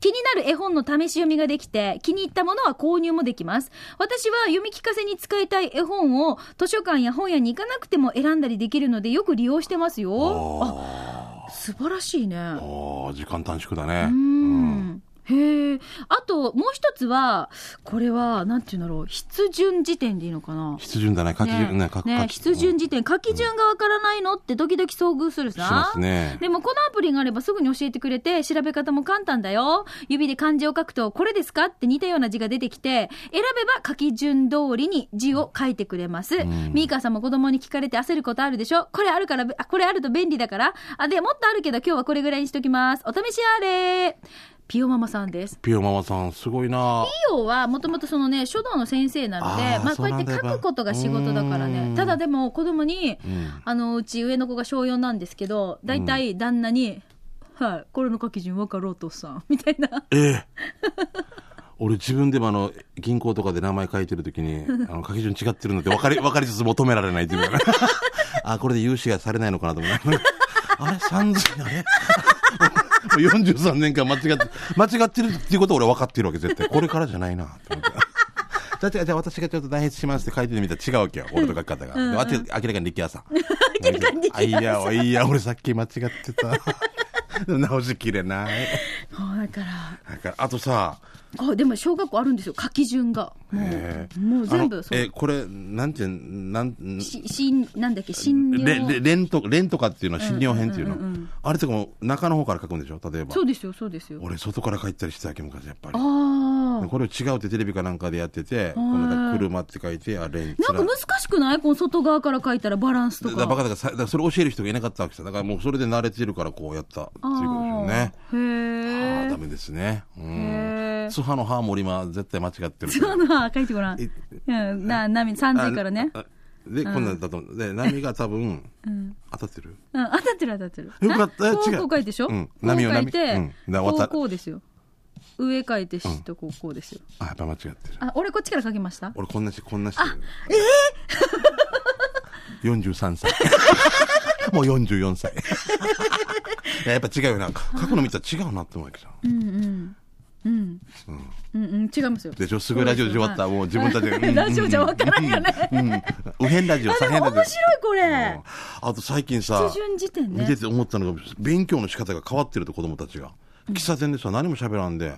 [SPEAKER 1] 気になる絵本の試し読みができて、気に入ったものは購入もできます。私は読み聞かせに使いたい絵本を図書館や本屋に行かなくても選んだりできるのでよく利用してますよ。あ素晴らしいね。
[SPEAKER 2] ああ、時間短縮だね。
[SPEAKER 1] うん。へえ。あと、もう一つは、これは、なんていうんだろう、筆順時点でいいのかな。
[SPEAKER 2] 筆順だね、書き順、ね、書き
[SPEAKER 1] ね、筆順時点、書き順がわからないのってドキドキ遭遇する
[SPEAKER 2] しま
[SPEAKER 1] さ
[SPEAKER 2] す。ね。
[SPEAKER 1] でもこのアプリがあればすぐに教えてくれて、調べ方も簡単だよ。指で漢字を書くと、これですかって似たような字が出てきて、選べば書き順通りに字を書いてくれます。
[SPEAKER 2] ん
[SPEAKER 1] ミーカーさんも子供に聞かれて焦ることあるでしょこれあるから、あ、これあると便利だから。あ、で、もっとあるけど今日はこれぐらいにしときます。お試しあれピオママさんです。
[SPEAKER 2] ピオママさん、すごいな。
[SPEAKER 1] ピオはもともとそのね、書道の先生なので、
[SPEAKER 2] あー
[SPEAKER 1] まあこ
[SPEAKER 2] そ
[SPEAKER 1] う
[SPEAKER 2] う
[SPEAKER 1] や
[SPEAKER 2] な
[SPEAKER 1] っ
[SPEAKER 2] んだ
[SPEAKER 1] て書くことが仕事だから
[SPEAKER 2] うーん
[SPEAKER 1] ね。ただでも子供に、
[SPEAKER 2] うん
[SPEAKER 1] あのうち上の子が小4なんですけど大体旦那に「はいこれの書き順分かろうとさん」みたいな
[SPEAKER 2] ええ 俺自分でもあの銀行とかで名前書いてるとき にあの書き順違ってるので分かり分かりつつ求められないっていう かあこれで融資がされないのかなと思って あれ3000あれ もう43年間間違って間違ってるっていうことは俺分かってるわけ絶対これからじゃないな と思って。じゃあ、じゃあじゃあ私がちょっと代筆しますって書いてみたら違うわけよ。俺と書き方が。でわて明らかに力也さん。明らかに力也さん。あいや、いや、俺さっき間違ってた。 でも直しきれない。
[SPEAKER 1] あだから
[SPEAKER 2] なんかあとさ、
[SPEAKER 1] こうでも小学校あるんですよ書き順がも
[SPEAKER 2] え
[SPEAKER 1] う
[SPEAKER 2] ー
[SPEAKER 1] もう全部
[SPEAKER 2] あの
[SPEAKER 1] そう
[SPEAKER 2] えこれなんていうなん
[SPEAKER 1] ししんなんだっけ診
[SPEAKER 2] レレ
[SPEAKER 1] 療
[SPEAKER 2] レントレンとかっていうのは診療編っていうの、あれとかも中の方から書くんでしょ例えば
[SPEAKER 1] そうですよそうですよ
[SPEAKER 2] 俺外から書いたりしてたわけ昔やっぱり
[SPEAKER 1] ああ
[SPEAKER 2] これを違うってテレビかなんかでやっててこのなんか車って書いてあレン
[SPEAKER 1] なんか
[SPEAKER 2] つら
[SPEAKER 1] 難しくないこの外側から書いたらバランスと
[SPEAKER 2] だだバ
[SPEAKER 1] か
[SPEAKER 2] カだからさだからそれ教える人がいなかったわけさだからもうそれで慣れてるからこうやったっていうことですよ
[SPEAKER 1] あ
[SPEAKER 2] ねあ
[SPEAKER 1] ー
[SPEAKER 2] あ
[SPEAKER 1] へ
[SPEAKER 2] ーダ
[SPEAKER 1] え
[SPEAKER 2] メですねうん
[SPEAKER 1] へー
[SPEAKER 2] ツハの歯も俺今絶対間違ってる
[SPEAKER 1] そうな書いてごらん
[SPEAKER 2] え
[SPEAKER 1] うんななみ30からね
[SPEAKER 2] ああで、こんなんだと思う。で、波が多分、当たってる。
[SPEAKER 1] うん当たってる当たってる
[SPEAKER 2] よかった
[SPEAKER 1] え
[SPEAKER 2] 違う
[SPEAKER 1] こうこう書いてでしょ、
[SPEAKER 2] うん
[SPEAKER 1] こう
[SPEAKER 2] 波を
[SPEAKER 1] 書
[SPEAKER 2] 波
[SPEAKER 1] いて、
[SPEAKER 2] うんだ
[SPEAKER 1] こ
[SPEAKER 2] わ
[SPEAKER 1] う
[SPEAKER 2] た
[SPEAKER 1] こうですよ上書いて下こうこうですよ、
[SPEAKER 2] あ、やっぱ間違ってる。
[SPEAKER 1] あ俺こっちから書きました
[SPEAKER 2] 俺こんなし、こんなしてる。 ええ ?43 歳。もう44歳。 いややっぱ違うよな。過去の見たら違うなって思うわけじゃん。
[SPEAKER 1] うんうん違いますよ
[SPEAKER 2] でしょすごいラジオで終わった。
[SPEAKER 1] はい
[SPEAKER 2] もう自分たちでう ん
[SPEAKER 1] ラジオじゃわからんよね、
[SPEAKER 2] うん。右辺ラジオ、左
[SPEAKER 1] あで
[SPEAKER 2] 辺
[SPEAKER 1] も
[SPEAKER 2] ラジ
[SPEAKER 1] 面。
[SPEAKER 2] オ
[SPEAKER 1] 白いこれ
[SPEAKER 2] うん、あと最近
[SPEAKER 1] 基
[SPEAKER 2] さ、
[SPEAKER 1] 準時点
[SPEAKER 2] 見
[SPEAKER 1] ね
[SPEAKER 2] てて思ったのが勉強の仕方が変わってると子供たちが喫茶店でさ何も喋らんで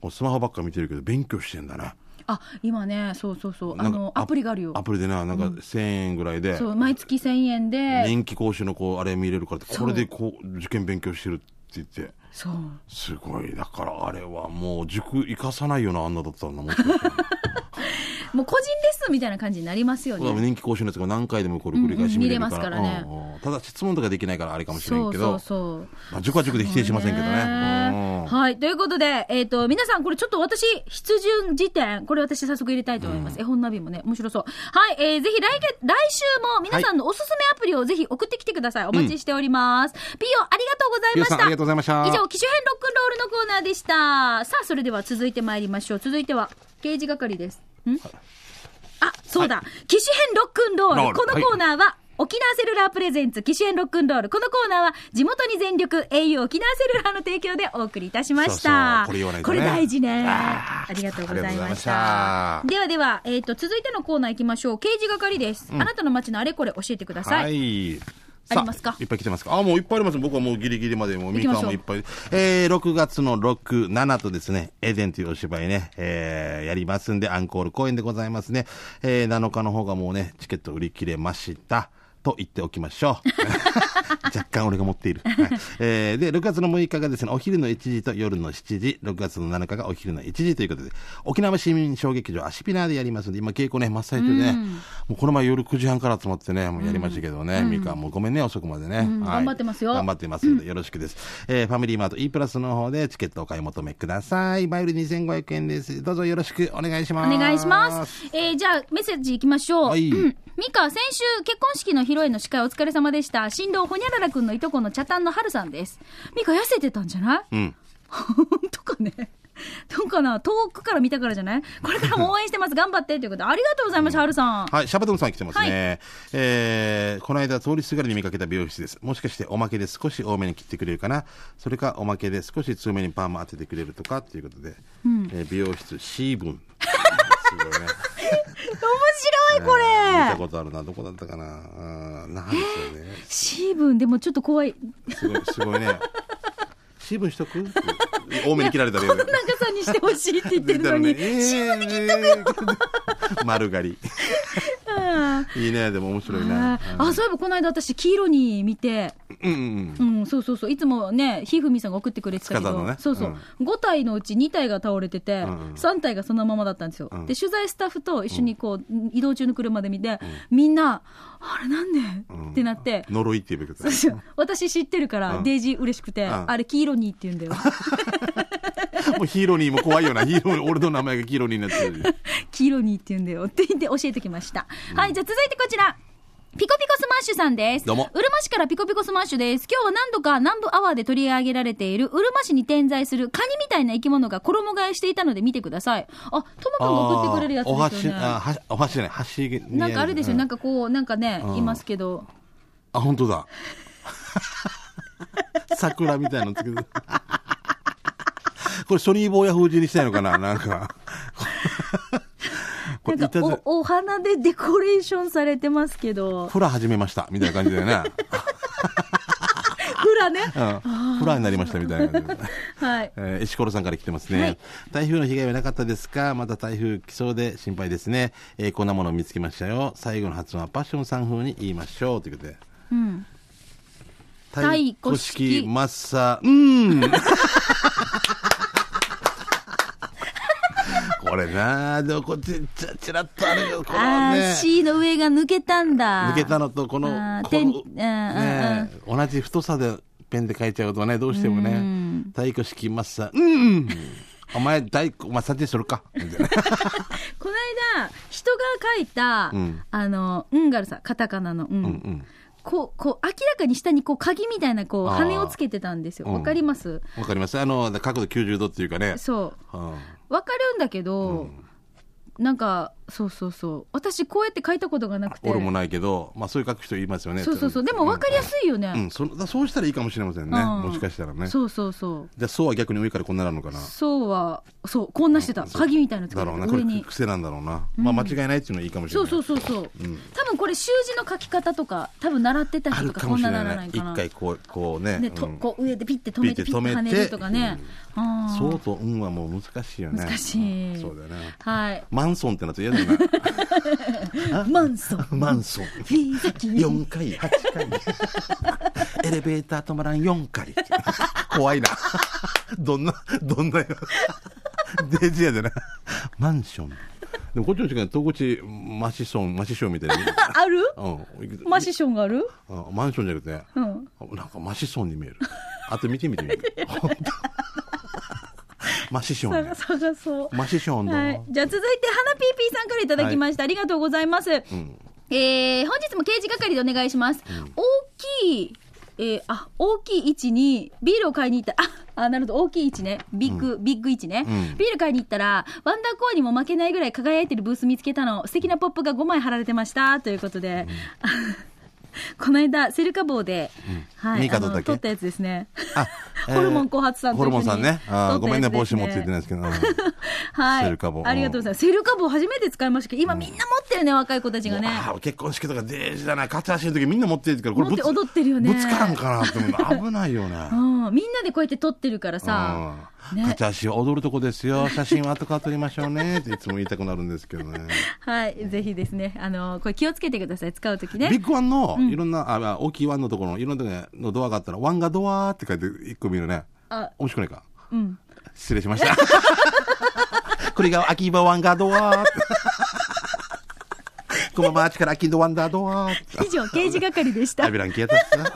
[SPEAKER 2] こうスマホばっか見てるけど勉強してんだな
[SPEAKER 1] あ今ねそうそうそうあ
[SPEAKER 2] なんか
[SPEAKER 1] のアプリがあるよ
[SPEAKER 2] アプリでななんか1000円ぐらいで
[SPEAKER 1] そう毎月1000円で
[SPEAKER 2] 人気講師のこうあれ見れるからってこれでこう受験勉強してるって言って
[SPEAKER 1] そう
[SPEAKER 2] すごいだからあれはもう塾行かさないよなあんなだったんだもし かしたら
[SPEAKER 1] もう個人レッスンみたいな感じになりますよね
[SPEAKER 2] 人気講師のやつが何回でもこれ繰り返し見れるから,
[SPEAKER 1] うんうん
[SPEAKER 2] うん、
[SPEAKER 1] 見れますからね
[SPEAKER 2] ただ質問とかできないからあれかもしれ
[SPEAKER 1] そ
[SPEAKER 2] ん
[SPEAKER 1] う
[SPEAKER 2] け
[SPEAKER 1] そう
[SPEAKER 2] ど
[SPEAKER 1] そう
[SPEAKER 2] まあ、塾は塾で否定しませんけどねうん
[SPEAKER 1] はい。ということで、えっ、と、皆さん、これちょっと私、必順辞典、これ私早速入れたいと思います。絵本ナビもね、面白そう。はい。えー、ぜひ来月、来週も皆さんのおすすめアプリをぜひ送ってきてください。お待ちしております。ピオ、ありがとうござい
[SPEAKER 2] リ
[SPEAKER 1] ま
[SPEAKER 2] オ
[SPEAKER 1] した。
[SPEAKER 2] さんありがとうございまし
[SPEAKER 1] 以
[SPEAKER 2] た
[SPEAKER 1] 上、機種編ロックンロールのコーナーでした。さあ、それでは続いて参りましょう。続いては、刑事係です。んあ、そうだ。機種編ロックンロール。
[SPEAKER 2] ロール
[SPEAKER 1] このコーナーは、沖縄セルラープレゼンツ、機種編ロックンロール。このコーナーは、地元に全力、au 沖縄セルラーの提供でお送りいたしました。
[SPEAKER 2] そうそうこれ言わない
[SPEAKER 1] こと
[SPEAKER 2] ね
[SPEAKER 1] れ大事ね。あ
[SPEAKER 2] あー
[SPEAKER 1] りがとうござい
[SPEAKER 2] ありがとうござい
[SPEAKER 1] ま
[SPEAKER 2] ま
[SPEAKER 1] し
[SPEAKER 2] したた。
[SPEAKER 1] ではでは、えっ、と、続いてのコーナー行きましょう。刑事係です。あなたの街のあれこれ教えてください。
[SPEAKER 2] はい。
[SPEAKER 1] ありますか
[SPEAKER 2] さあいっぱい来てますかあ、もういっぱいあります。僕はもうギリギリまで、もうみ
[SPEAKER 1] きまし
[SPEAKER 2] か
[SPEAKER 1] ょうん
[SPEAKER 2] もいっぱい。えー、6月の6、7とですね、エデンというお芝居ね、えー、やりますんで、アンコール公演でございますね。えー、7日の方がもうね、チケット売り切れました。と言っておきましょう。 若干俺が持っている。はいえーで、6月の6日がですね、お昼の1時と夜の7時、6月の7日がお昼の1時ということで、沖縄市民小劇場アシピナーでやりますんで、今稽古ね、真っ最中でね、もうこの前夜9時半から集まってね、もうやりましたけどね、みかんもうごめんね、遅くまでね。はい
[SPEAKER 1] 頑張ってますよ
[SPEAKER 2] 頑張ってますので、よろしくです。えーファミリーマート E プラスの方でチケットお買い求めください。前より2500円です。どうぞよろしくお願いし
[SPEAKER 1] お
[SPEAKER 2] ます。
[SPEAKER 1] 願いします。えーじゃあ、メッセージいきましょう。
[SPEAKER 2] はい
[SPEAKER 1] うんミカ、先週、結婚式の披露宴の司会お疲れ様でした。新郎、ほにゃららくんのいとこの茶炭の春さんです。ミカ、痩せてたんじゃない
[SPEAKER 2] うん。
[SPEAKER 1] 本当かね。どうかな遠くから見たからじゃないこれからも応援してます。頑張ってということで、ありがとうございました、春さん。
[SPEAKER 2] はい、シャバドゥンさん来てますね。
[SPEAKER 1] はい
[SPEAKER 2] えーこの間通りすがりに見かけた美容室です。もしかしておまけで少し多めに切ってくれるかなそれかおまけで少し強めにパーマ当ててくれるとかっていうことで、えー美容室 C 分。すごいね。
[SPEAKER 1] 面白い、これ、
[SPEAKER 2] 見たことあるな。どこだったかなあーなんですよね。
[SPEAKER 1] シーブン、でもちょっと怖い。
[SPEAKER 2] すごい、すごいね。シーブンしとくって多めに切られた
[SPEAKER 1] こ
[SPEAKER 2] ら
[SPEAKER 1] んな
[SPEAKER 2] 嫌だよ
[SPEAKER 1] 長さにしてほしいって言ってるの
[SPEAKER 2] 言
[SPEAKER 1] に
[SPEAKER 2] っ。たらねえー 丸刈り。
[SPEAKER 1] うん
[SPEAKER 2] いいね、でも面白いね。
[SPEAKER 1] あ
[SPEAKER 2] うん
[SPEAKER 1] あ、そういえばこの間私、黄色に見て、
[SPEAKER 2] うんうん
[SPEAKER 1] うん、そうそうそう、いつもね、ひふみさんが送ってくれてたけ
[SPEAKER 2] 塚田
[SPEAKER 1] ど、
[SPEAKER 2] のね
[SPEAKER 1] そうそう、5体のうち2体が倒れてて、
[SPEAKER 2] うん
[SPEAKER 1] 3体がそのままだったんですよ。
[SPEAKER 2] うん
[SPEAKER 1] で、取材スタッフと一緒にこう、移動中の車で見て、みんな、あれなんで、
[SPEAKER 2] うん
[SPEAKER 1] ってなって、
[SPEAKER 2] 呪いって言うべきだ。
[SPEAKER 1] 私知ってるから、
[SPEAKER 2] うん
[SPEAKER 1] デイジー嬉しくて、
[SPEAKER 2] うん
[SPEAKER 1] あれ黄色にって言うんだよ。
[SPEAKER 2] もうヒーローにも怖いよな。ヒーロー、俺の名前がヒーローになってる。
[SPEAKER 1] 黄色にって言うんだよって言って教えてきました。はい、じゃあ続いてこちら。ピコピコスマッシュさんです。
[SPEAKER 2] どうも
[SPEAKER 1] うるま市からピコピコスマッシュです。今日は何度か南部アワーで取り上げられている、うるま市に点在するカニみたいな生き物が衣替えしていたので見てください。あ、ともくんが送ってくれるやつ
[SPEAKER 2] あーお
[SPEAKER 1] ですよ
[SPEAKER 2] 箸、あ
[SPEAKER 1] ね。
[SPEAKER 2] はお箸じゃない、箸にやる。
[SPEAKER 1] なんかあれですよ、
[SPEAKER 2] う
[SPEAKER 1] なんかこう、なんかね
[SPEAKER 2] う、ん
[SPEAKER 1] いますけど。
[SPEAKER 2] あ、本当だ。桜みたいなのつけて。これ、ソニー坊や風にしたいのかななんか。こ
[SPEAKER 1] な
[SPEAKER 2] れ、
[SPEAKER 1] ん
[SPEAKER 2] いた
[SPEAKER 1] か
[SPEAKER 2] ず、
[SPEAKER 1] お、お花でデコレーションされてますけど。
[SPEAKER 2] フラ始めました。みたいな感じだよね。
[SPEAKER 1] フラね。
[SPEAKER 2] うん。フラになりました、みたいな感じ。
[SPEAKER 1] はい。
[SPEAKER 2] えー、石ころさんから来てますね、
[SPEAKER 1] はい
[SPEAKER 2] 台風の被害はなかったですかまた台風来そうで心配ですね、えーこんなものを見つけましたよ最後の発音はパッションさん風に言いましょうということで
[SPEAKER 1] うん。太鼓式
[SPEAKER 2] マッサーうん これなでもこっちちらちらっとあるよこの
[SPEAKER 1] あー、
[SPEAKER 2] ね
[SPEAKER 1] C の上が抜けたんだ。
[SPEAKER 2] 抜けたのとこの
[SPEAKER 1] あー
[SPEAKER 2] この
[SPEAKER 1] てんうんうん
[SPEAKER 2] ね同じ太さでペンで書いちゃうとねどうしても
[SPEAKER 1] う
[SPEAKER 2] ね
[SPEAKER 1] ん
[SPEAKER 2] 太鼓式マッサーうんお前太鼓マッサージするかみたいな
[SPEAKER 1] この間、人が書いた、
[SPEAKER 2] うん
[SPEAKER 1] あの、うんがるさ、カタカナの、うん。
[SPEAKER 2] うんうん
[SPEAKER 1] こう、こう、明らかに下にこう、鍵みたいな、こう、
[SPEAKER 2] あー
[SPEAKER 1] 羽をつけてたんですよ。
[SPEAKER 2] うん
[SPEAKER 1] わかります、
[SPEAKER 2] わかりますあの角度90度っていうかね
[SPEAKER 1] そ
[SPEAKER 2] うん
[SPEAKER 1] う。わかるんだけど、なんか、そうそうそう。私、こうやって書いたことがなくて。
[SPEAKER 2] 俺もないけどまあそういう書く人いますよね
[SPEAKER 1] そうそうそう。でも、わかりやすいよね。
[SPEAKER 2] うんそのだそうしたらいいかもしれませんね
[SPEAKER 1] うん
[SPEAKER 2] もしかしたらね
[SPEAKER 1] そうそうそう。
[SPEAKER 2] じゃあそうは逆に上からこんななるのかな
[SPEAKER 1] そうは、そう、こんなしてた。鍵みたいなのつけ
[SPEAKER 2] だ
[SPEAKER 1] て
[SPEAKER 2] ろう
[SPEAKER 1] た
[SPEAKER 2] なこ
[SPEAKER 1] 上
[SPEAKER 2] れ
[SPEAKER 1] に。
[SPEAKER 2] 癖なんだろうなまあ間違いないっていうのはいいかもしれ
[SPEAKER 1] そう
[SPEAKER 2] ない
[SPEAKER 1] そうそうそう。多分これ、習字の書き方とか、多分習ってた
[SPEAKER 2] あ
[SPEAKER 1] 人
[SPEAKER 2] る
[SPEAKER 1] とか、
[SPEAKER 2] か
[SPEAKER 1] こ
[SPEAKER 2] も
[SPEAKER 1] ん
[SPEAKER 2] し
[SPEAKER 1] な
[SPEAKER 2] れ
[SPEAKER 1] なら
[SPEAKER 2] な
[SPEAKER 1] ないい
[SPEAKER 2] 一
[SPEAKER 1] かな。
[SPEAKER 2] 回こうこうね
[SPEAKER 1] で、と
[SPEAKER 2] うん
[SPEAKER 1] こう上でピッて止めて
[SPEAKER 2] ピ
[SPEAKER 1] ピ
[SPEAKER 2] ッて止
[SPEAKER 1] ッて
[SPEAKER 2] めて
[SPEAKER 1] 跳ねるとかね。あー
[SPEAKER 2] そうと運はもう難しいよね。
[SPEAKER 1] 難しい
[SPEAKER 2] そうだよね。
[SPEAKER 1] はい。
[SPEAKER 2] マンソンってなって嫌だよ
[SPEAKER 1] マンソン。
[SPEAKER 2] な。マンソン。
[SPEAKER 1] フィーザキ
[SPEAKER 2] 4回、8回。 エレベーター止まらん4回。怖いな。どんな、どんなよ。デイジアじゃない。マンション。でもこっちの時間、東口マシソン、マシションみたいに。
[SPEAKER 1] あある
[SPEAKER 2] うん、
[SPEAKER 1] マシションがある
[SPEAKER 2] あマンションじゃなくてね、
[SPEAKER 1] うん。
[SPEAKER 2] なんかマシソンに見える。あと見てみて みる。本当マシションね
[SPEAKER 1] 探。探そう。
[SPEAKER 2] マシションの。
[SPEAKER 1] はい。じゃあ続いて、花ピーピーさんからいただきました。ありがとうございます。えー、本日も刑事係でお願いします。大きい、えー、あ、大きい位置にビールを買いに行った、あ、あなるほど、大きい位置ね。ビッグ、ビッグ位置ね、
[SPEAKER 2] うん
[SPEAKER 1] ビール買いに行ったら、ワンダーコアにも負けないぐらい輝いてるブース見つけたの。素敵なポップが5枚貼られてました。ということで。 この間、セルカ棒で、はい、
[SPEAKER 2] ミカ
[SPEAKER 1] あ
[SPEAKER 2] ド
[SPEAKER 1] の
[SPEAKER 2] だっけ
[SPEAKER 1] 撮ったやつですね。
[SPEAKER 2] あ、
[SPEAKER 1] ホルモン後発さんと
[SPEAKER 2] ホ
[SPEAKER 1] 一緒
[SPEAKER 2] ル
[SPEAKER 1] に
[SPEAKER 2] モンさんね。あー
[SPEAKER 1] 撮
[SPEAKER 2] ご
[SPEAKER 1] ったやつですね
[SPEAKER 2] めんね、帽子もついてないですけど。うん
[SPEAKER 1] はい。
[SPEAKER 2] セルカ棒
[SPEAKER 1] ありがとうございます。セルカ棒初めて使いましたけど、今みんな持ってるね、若い子たちがね。
[SPEAKER 2] あー結婚式とかデージだな、片足の時みんな持ってるから、これ
[SPEAKER 1] 持っ
[SPEAKER 2] ぶつ
[SPEAKER 1] て踊ってるよね。
[SPEAKER 2] ぶつからんかなって思う の危ないよね。
[SPEAKER 1] うん、みんなでこうやって撮ってるからさ、
[SPEAKER 2] うん
[SPEAKER 1] ね
[SPEAKER 2] 片足は踊るとこですよ。写真は後から撮りましょうね。っていつも言いたくなるんですけどね。
[SPEAKER 1] はい、ぜひですね、あの、これ気をつけてください、使うとき
[SPEAKER 2] ビ
[SPEAKER 1] ね。
[SPEAKER 2] ッグワンの、いろんな、あ、大きいワンのところの、いろんなところのドアがあったら、ワンがドアって書いて一個見るね。
[SPEAKER 1] あ、
[SPEAKER 2] 面白くないか
[SPEAKER 1] うん。
[SPEAKER 2] 失礼し ました。これが秋葉ワンガードワーこのマーチから秋葉ワンダードワー
[SPEAKER 1] 以上、刑事係でした
[SPEAKER 2] ア。ビラン消えたっすな